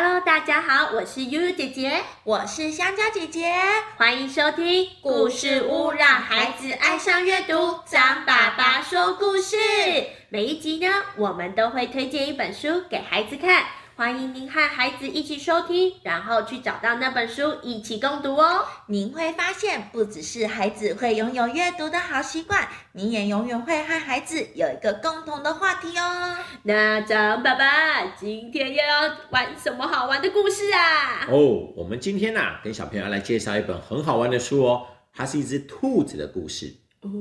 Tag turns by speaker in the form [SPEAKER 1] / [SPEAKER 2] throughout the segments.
[SPEAKER 1] 好，我是悠悠姐姐，
[SPEAKER 2] 我是香蕉姐姐，
[SPEAKER 1] 欢迎收听《故事屋》，让孩子爱上阅读。张爸爸说故事，每一集呢，我们都会推荐一本书给孩子看，欢迎您和孩子一起收听，然后去找到那本书一起共读哦。
[SPEAKER 2] 您会发现，不只是孩子会拥有阅读的好习惯，你也永远会和孩子有一个共同的话题哦。
[SPEAKER 1] 那张爸爸今天又要玩什么好玩的故事啊？
[SPEAKER 3] 哦，我们今天呐、跟小朋友来介绍一本很好玩的书哦，它是一只兔子的故事，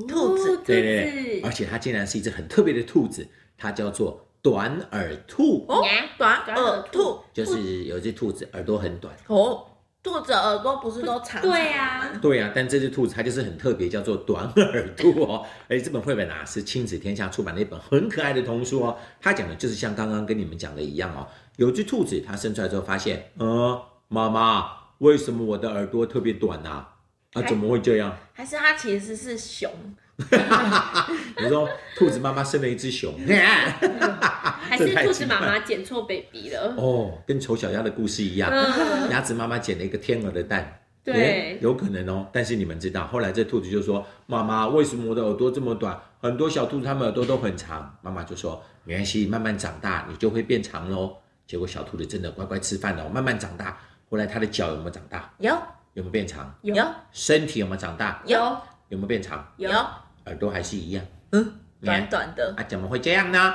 [SPEAKER 2] 兔子
[SPEAKER 1] 哦兔
[SPEAKER 3] 对对对，而
[SPEAKER 1] 子，
[SPEAKER 3] 且它竟然是一只很特别的兔子，它叫做短耳兔，
[SPEAKER 2] 哦
[SPEAKER 1] 呀
[SPEAKER 2] 短
[SPEAKER 1] 短耳
[SPEAKER 2] 耳兔
[SPEAKER 3] 就是有一只兔子耳朵很短。
[SPEAKER 2] 哦，兔子耳朵不是都长长的吗
[SPEAKER 1] 对啊，
[SPEAKER 3] 对啊，但这只兔子它就是很特别，叫做短耳兔哦。 而且这本绘本啊是亲子天下出版的一本很可爱的童书哦。它讲的就是像刚刚跟你们讲的一样哦，有只兔子它生出来之后发现，嗯，妈妈，为什么我的耳朵特别短啊？啊，怎么会这样？
[SPEAKER 2] 还是它其实是熊？
[SPEAKER 3] 你说兔子妈妈生了一只熊，
[SPEAKER 1] 还
[SPEAKER 3] 这
[SPEAKER 1] 是
[SPEAKER 3] 太
[SPEAKER 1] 兔子
[SPEAKER 3] 奇怪
[SPEAKER 1] 妈妈捡错 baby 了。
[SPEAKER 3] 哦，跟丑小鸭的故事一样，
[SPEAKER 1] 嗯，
[SPEAKER 3] 鸭子妈妈捡了一个天鹅的蛋。
[SPEAKER 1] 对
[SPEAKER 3] 诶，有可能哦。但是你们知道，后来这兔子就说：“妈妈，为什么我的耳朵这么短？很多小兔子它们耳朵都很长。”妈妈就说：“没关系，慢慢长大，你就会变长喽。”结果小兔子真的乖乖吃饭哦了，慢慢长大。后来它的脚有没有长大？
[SPEAKER 2] 有
[SPEAKER 3] 有没有变长？
[SPEAKER 1] 有
[SPEAKER 3] 身体有没有长大？
[SPEAKER 2] 有
[SPEAKER 3] 有没有变长？
[SPEAKER 1] 有
[SPEAKER 3] 耳朵还是一样。
[SPEAKER 2] 嗯，
[SPEAKER 3] 你看
[SPEAKER 2] 短短的，
[SPEAKER 3] 啊，怎么会这样呢？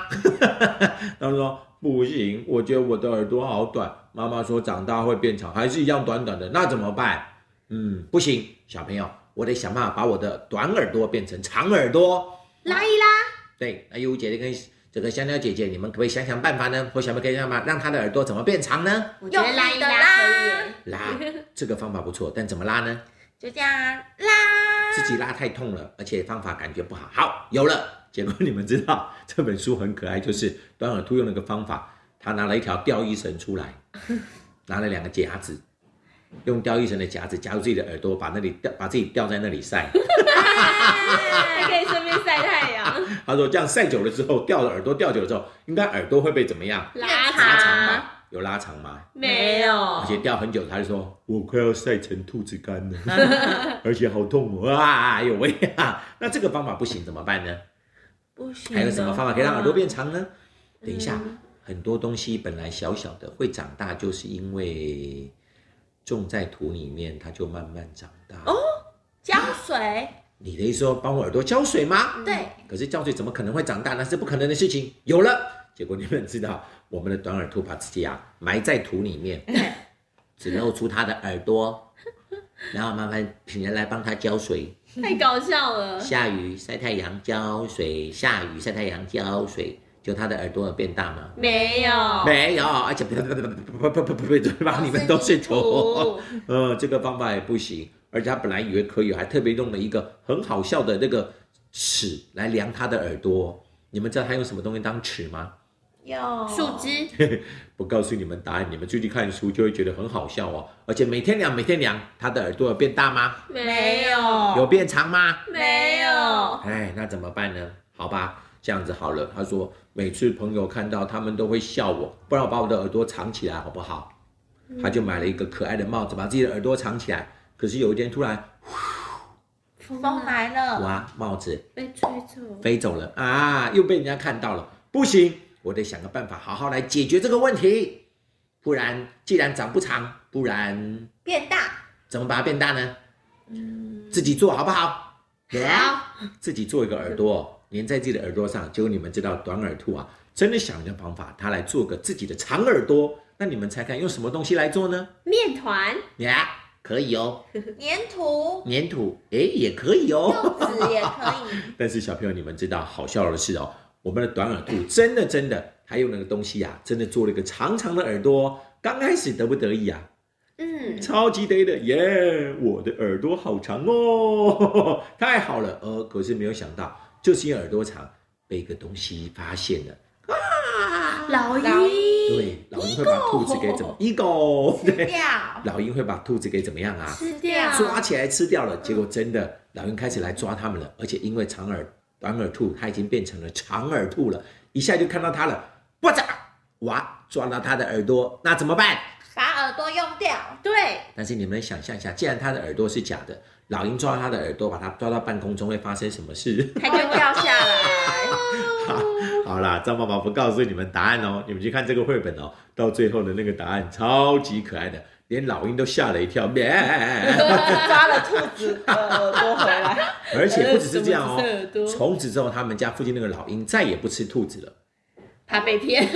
[SPEAKER 3] 他们说不行，我觉得我的耳朵好短。妈妈说长大会变长，还是一样短短的，那怎么办？嗯，不行，小朋友，我得想办法把我的短耳朵变成长耳朵。
[SPEAKER 1] 拉一拉，
[SPEAKER 3] 对，那优姐姐跟这个香蕉姐姐，你们可不可以想想办法呢？或小朋友可以想办法让她的耳朵怎么变长呢？
[SPEAKER 1] 我觉得拉一
[SPEAKER 2] 用力地
[SPEAKER 1] 拉
[SPEAKER 2] 拉
[SPEAKER 1] 可以耶。
[SPEAKER 3] 拉，这个方法不错，但怎么拉呢？
[SPEAKER 2] 就这样啦。
[SPEAKER 3] 自己拉太痛了，而且方法感觉不好。好，有了。结果你们知道这本书很可爱，就是短耳兔用了个方法，他拿了一条吊衣绳出来，拿了两个夹子，用吊衣绳的夹子夹住自己的耳朵，把那里吊把自己吊在那里晒。
[SPEAKER 1] 还可以顺便晒太阳，
[SPEAKER 3] 他说这样晒久了之后，吊了耳朵吊久了之后，应该耳朵会被怎么样？
[SPEAKER 1] 拉
[SPEAKER 3] 拉长
[SPEAKER 1] 长
[SPEAKER 3] 吧？有拉长吗？
[SPEAKER 1] 没
[SPEAKER 3] 而
[SPEAKER 1] 有？
[SPEAKER 3] 且吊很久，他就说：“我快要晒成兔子干了，而且好痛哦！”啊，哎呦喂啊！那这个方法不行，怎么办呢？
[SPEAKER 2] 不行的话，
[SPEAKER 3] 还有什么方法可以让耳朵变长呢？
[SPEAKER 1] 嗯
[SPEAKER 3] 等一下，很多东西本来小小的会长大，就是因为种在土里面，它就慢慢长大。
[SPEAKER 2] 哦胶水？
[SPEAKER 3] 你的意思说帮我耳朵浇水吗？
[SPEAKER 2] 对，
[SPEAKER 3] 可是浇水怎么可能会长大？那是不可能的事情。有了，结果你们知道，我们的短耳兔把自己啊埋在土里面，只露出它的耳朵，然后麻烦请人来帮它浇水。
[SPEAKER 1] 太搞笑了！
[SPEAKER 3] 下雨晒太阳浇水，下雨晒太阳浇水，就它的耳朵有变大吗？
[SPEAKER 1] 没有，
[SPEAKER 3] 没有，而且不不不不不不不不嘴巴里面都是土。
[SPEAKER 1] 图，
[SPEAKER 3] 嗯，这个方法也不行，而且他本来以为可以，还特别用了一个很好笑的那个尺来量他的耳朵。你们知道他用什么东西当尺吗？
[SPEAKER 2] 有
[SPEAKER 1] 树枝，
[SPEAKER 3] 不告诉你们答案，你们出去看书就会觉得很好笑哦。而且每天量，每天量，他的耳朵有变大吗？
[SPEAKER 1] 没有，
[SPEAKER 2] 哦
[SPEAKER 3] 有变长吗？
[SPEAKER 1] 没有，
[SPEAKER 3] 哎，那怎么办呢？好吧，这样子好了。他说每次朋友看到他们都会笑我，不然我把我的耳朵藏起来好不好？他就买了一个可爱的帽子，把自己的耳朵藏起来。可是有一天突然，
[SPEAKER 2] 风来了，
[SPEAKER 3] 哇，帽子
[SPEAKER 1] 被吹走，
[SPEAKER 3] 飞走了啊，又被人家看到了，不行，我得想个办法，好好来解决这个问题。不然，既然长不长，不然
[SPEAKER 2] 变大，
[SPEAKER 3] 怎么把它变大呢？自己做好不好？
[SPEAKER 1] 好，
[SPEAKER 3] 自己做一个耳朵，粘在自己的耳朵上。结果你们知道短耳兔啊，真的想一个方法，它来做个自己的长耳朵。那你们猜看用什么东西来做呢？
[SPEAKER 1] 面团，
[SPEAKER 3] 呀、可以哦，
[SPEAKER 2] 粘土、
[SPEAKER 3] 粘土，诶，也可以哦。
[SPEAKER 2] 柚子也可 以，
[SPEAKER 3] 但是小朋友，你们知道好笑的是哦，我们的短耳兔真的真的，它用那个东西啊，真的做了一个长长的耳朵哦。刚开始得不得意啊？
[SPEAKER 1] 嗯，
[SPEAKER 3] 超级得意的耶我的耳朵好长哦， 太好了。呃，可是没有想到，就是因为耳朵长，被一个东西发现了。
[SPEAKER 1] 老
[SPEAKER 2] 老
[SPEAKER 1] 鹰
[SPEAKER 3] 对，老鹰会把兔子给怎么？ego，
[SPEAKER 2] 吃
[SPEAKER 3] 对，
[SPEAKER 2] 掉，
[SPEAKER 3] 老鹰会把兔子给怎么样啊？
[SPEAKER 1] 吃掉，
[SPEAKER 3] 抓起来吃掉了。结果真的，老鹰开始来抓它们了，而且因为长耳短耳兔，它已经变成了长耳兔了，一下就看到它了，哇嚓，哇，抓到它的耳朵，那怎么办？
[SPEAKER 2] 把耳朵用掉。
[SPEAKER 1] 对，
[SPEAKER 3] 但是你们想象一下，既然它的耳朵是假的，老鹰抓到它的耳朵，把它抓到半空中会发生什么事？
[SPEAKER 1] 它就掉下来。
[SPEAKER 3] 好啦，张爸爸不告诉你们答案哦，你们去看这个绘本哦，到最后的那个答案超级可爱的，连老鹰都吓了一 跳，咩！
[SPEAKER 4] 抓了兔子的耳朵回来，
[SPEAKER 3] 而且不只是这样
[SPEAKER 4] 怎么只
[SPEAKER 2] 哎
[SPEAKER 4] 是
[SPEAKER 3] 哦
[SPEAKER 4] 耳，朵
[SPEAKER 3] 从此之后他们家附近那个老鹰再也不吃兔子了，
[SPEAKER 1] 怕被骗，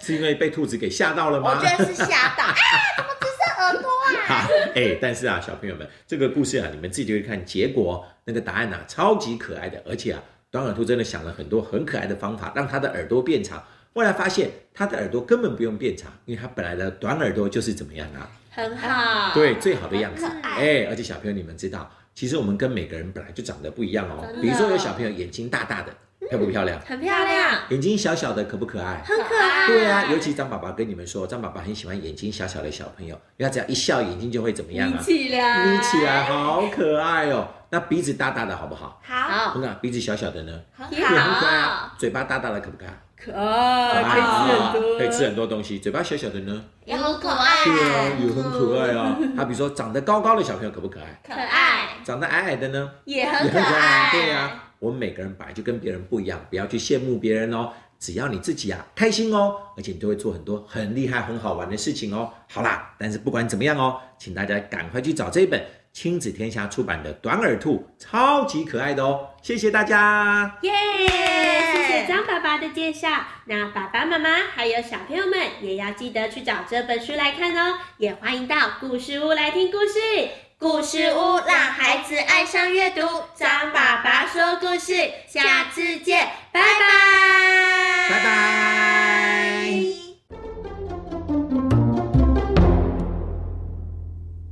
[SPEAKER 3] 是因为被兔子给吓到了
[SPEAKER 2] 我
[SPEAKER 3] 吗？
[SPEAKER 2] 觉得是吓 到，啊，怎么只剩耳朵啊？
[SPEAKER 3] 哈，哎，但是啊，小朋友们，这个故事啊，你们自己就去看，结果那个答案啊，超级可爱的，而且啊，短耳兔真的想了很多很可爱的方法，让它的耳朵变长。后来发现它的耳朵根本不用变长，因为它本来的短耳朵就是怎么样啊？
[SPEAKER 1] 很好。
[SPEAKER 3] 对，最好的样子。
[SPEAKER 2] 很可爱
[SPEAKER 3] 哎，而且小朋友，你们知道，其实我们跟每个人本来就长得不一样哦
[SPEAKER 1] 真。的
[SPEAKER 3] 比如说有小朋友眼睛大大的，漂不漂亮？
[SPEAKER 1] 很漂亮，
[SPEAKER 3] 眼睛小小的，可不可爱？
[SPEAKER 1] 很可爱。
[SPEAKER 3] 对啊，尤其张爸爸跟你们说，张爸爸很喜欢眼睛小小的小朋友，因为他只要一笑，眼睛就会怎么样
[SPEAKER 4] 眯
[SPEAKER 3] 啊？
[SPEAKER 4] 起来，
[SPEAKER 3] 眯起来，好可爱哦。那鼻子大大的好不好？
[SPEAKER 2] 好，
[SPEAKER 1] 好，
[SPEAKER 3] 那鼻子小小的呢？
[SPEAKER 2] 很
[SPEAKER 1] 也
[SPEAKER 3] 也
[SPEAKER 2] 好，
[SPEAKER 3] 很可爱啊。嘴巴大大的可不可爱？啊
[SPEAKER 4] 可
[SPEAKER 1] 哦呃
[SPEAKER 4] 爱，可以吃很多，
[SPEAKER 3] 可以吃很多东西。嘴巴小小的呢？
[SPEAKER 2] 也很可
[SPEAKER 1] 哎
[SPEAKER 2] 爱，
[SPEAKER 3] 对啊，也很可爱啊。他比如说长得高高的小朋友可不可爱？
[SPEAKER 1] 可爱，
[SPEAKER 3] 长得矮矮的呢？
[SPEAKER 1] 也
[SPEAKER 3] 也
[SPEAKER 1] 很
[SPEAKER 3] 很可
[SPEAKER 1] 可
[SPEAKER 3] 爱。
[SPEAKER 1] 爱。
[SPEAKER 3] 对啊，我们每个人本来就跟别人不一样，不要去羡慕别人哦。只要你自己啊开心哦，而且你就会做很多很厉害、很好玩的事情哦。好啦，但是不管怎么样哦，请大家赶快去找这一本亲子天下出版的《短耳兔》，超级可爱的哦。谢谢大家。
[SPEAKER 1] 耶！谢谢张爸爸的介绍。那爸爸妈妈还有小朋友们也要记得去找这本书来看哦。也欢迎到故事屋来听故事。故
[SPEAKER 2] 事屋让孩子爱上阅读张爸爸说故事下次见